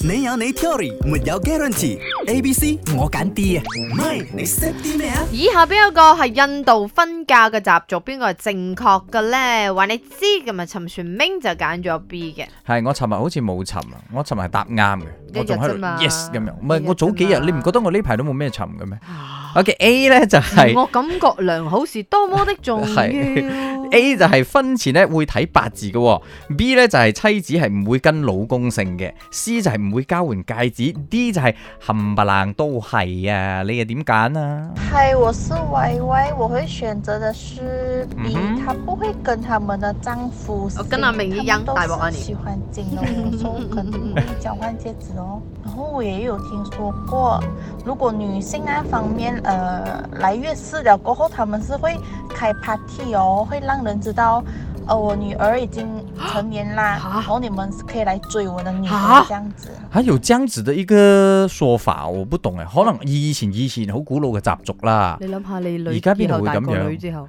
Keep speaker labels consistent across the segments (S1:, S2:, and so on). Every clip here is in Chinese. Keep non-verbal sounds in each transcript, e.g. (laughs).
S1: 你有你 theory，沒有 guarantee。A、B、C 我揀 D 啊，唔係你識啲咩啊？
S2: 以下邊一個係印度婚嫁嘅習俗，邊個係正確嘅咧？話你知咁啊，陳船明就揀咗 B 嘅。
S3: 係我尋日好似冇尋啊，我尋日係答啱嘅，我仲
S2: 一日
S3: 喺
S2: 啫
S3: 度
S2: 嘛
S3: yes 咁樣。唔
S2: 一
S3: 係
S2: 日
S3: 我早幾日
S2: 啫嘛，啊
S3: 你唔覺得我呢排都冇咩尋嘅咩？OK A 咧就係、
S2: 嗯我感覺良好是多麼的
S3: (laughs)
S2: 重要。
S3: 係 A 就係婚前咧會睇八字嘅喎、b 咧就係妻子係唔會跟老公姓嘅，C 就係唔會交換戒指，D 就係冚唪唥都係啊！你又點揀啊？
S4: 嗨，我是 Y Y，我会选择的是 B，、
S3: 嗯哼
S4: 她不会跟他们的丈夫姓。
S2: 我哦跟她们一样
S4: 她
S2: 大
S4: 们
S2: 宝
S4: 都
S2: 啊
S4: 是
S2: 你
S4: 喜欢金融，有时候可能会交换戒指哦。然后我也有听说过，如果女性那方面呃来月事了过后，他们是会开 party 哦，会让人知道。呃，我女儿已经成年啦，
S2: (gasps) 啊
S4: 然后你们是可以来追我的女
S2: 啊
S4: 儿这样子。
S3: 嚇、有這樣子的一個說法，我不懂誒，可能以前以前好古老嘅習俗啦。
S2: 你諗下，你女
S3: 而家邊
S2: 以
S3: 度
S2: 後
S3: 會
S2: 大
S3: 咁
S2: 個
S3: 樣
S2: 女之後，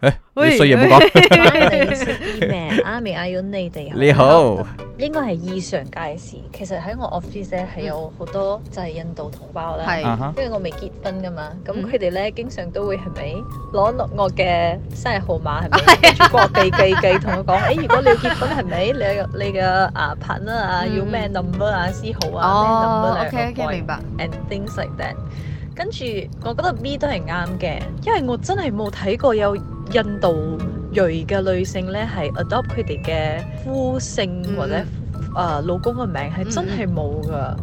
S3: 誒、
S2: 喂
S3: 你衰嘢冇講。
S2: (laughs)
S5: 媽咪識啲咩？阿美阿勇你哋
S3: (laughs)
S2: (laughs)
S3: 你好，
S5: 應該係異常介事。其實喺我 office 咧係有好多就係印度同胞啦。
S2: 係
S3: 啊哈，
S5: 因為我未結婚噶嘛，咁
S2: 嗯
S5: 佢哋咧經常都會係咪攞落我嘅生日號碼係
S2: (laughs) 啊
S5: 咪？跟住幫我記記記，同我講，誒如果你要結婚係咪？你有你嘅啊 partner 啊，
S2: 嗯
S5: 要咩 number 啊，司號啊，
S2: 哦
S5: 咩 number
S2: ，OK
S5: 嚟
S2: OK，明白。
S5: and things like that。跟住我覺得 B 都係啱嘅，因為我真係冇睇過有印度裔嘅女性咧係 adopt 佢哋嘅夫姓
S2: 嗯
S5: 或者誒、呃老公嘅名
S2: 嗯
S5: 係真係冇噶。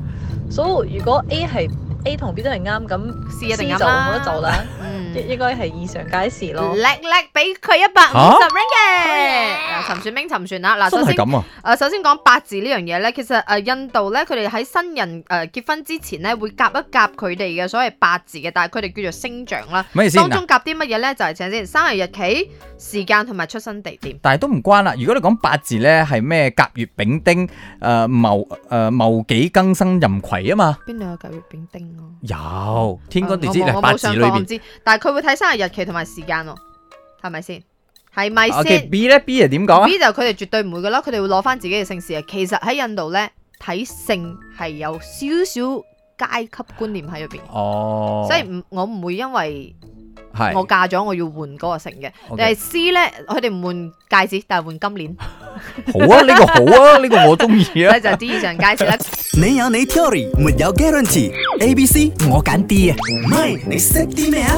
S5: 所以如果 A 係 A 同 B 都係啱，咁
S2: C 一定
S5: C
S2: 啱
S5: 就
S2: 啦
S5: 冇得做啦，
S2: 嗯
S5: 應應該係以上皆是咯
S2: 叻。叻，俾佢一百五十
S3: 嚇
S2: ringgit。嗱沉船明沉船啦，嗱，
S3: 真
S2: 首
S3: 係
S2: 先
S3: 咁啊！
S2: 誒、呃首先講八字呢樣嘢咧，其實誒、呃印度咧，佢哋喺新人誒、結婚之前咧，會夾一夾佢哋嘅所謂八字嘅，但係佢哋叫做星象啦。
S3: 咪先啊
S2: 當
S3: 嗱
S2: 中，夾啲乜嘢咧？就係、請先生日日期、時間同埋出生地點。
S3: 但係都唔關啦。如果你講八字咧，係咩甲乙丙丁呃誒戊誒戊己庚辛壬癸啊嘛，
S2: 邊度有九月丙丁啊？
S3: 有天干地支
S2: 呃我啊冇我
S3: 係八
S2: 冇
S3: 字
S2: 上
S3: 裏
S2: 過，我唔
S3: 邊。
S2: 知。但係佢會睇生日日期同埋時間喎，係咪先？係咪
S3: O K
S2: 先
S3: B 咧啊 B 係點講啊？
S2: B 就佢哋絕對唔會噶啦，佢哋會攞翻自己嘅姓氏啊。其實喺印度咧，睇姓係有少少階級觀念喺入邊。
S3: 哦，
S2: 所以唔，我唔會因為
S3: 係
S2: 我嫁咗，我要換嗰個姓嘅。
S3: OK
S2: 但係 C 咧，佢哋唔換戒指，但係換金
S3: (laughs)
S2: 鏈，
S3: 好啊，呢個好啊，呢個我中
S2: (laughs)
S3: 意啊
S2: 所以。就係 D 以上戒指啦。
S1: 你有你 theory，沒有 guarantee。A、B、C 我揀 D 啊，唔係你識啲咩啊？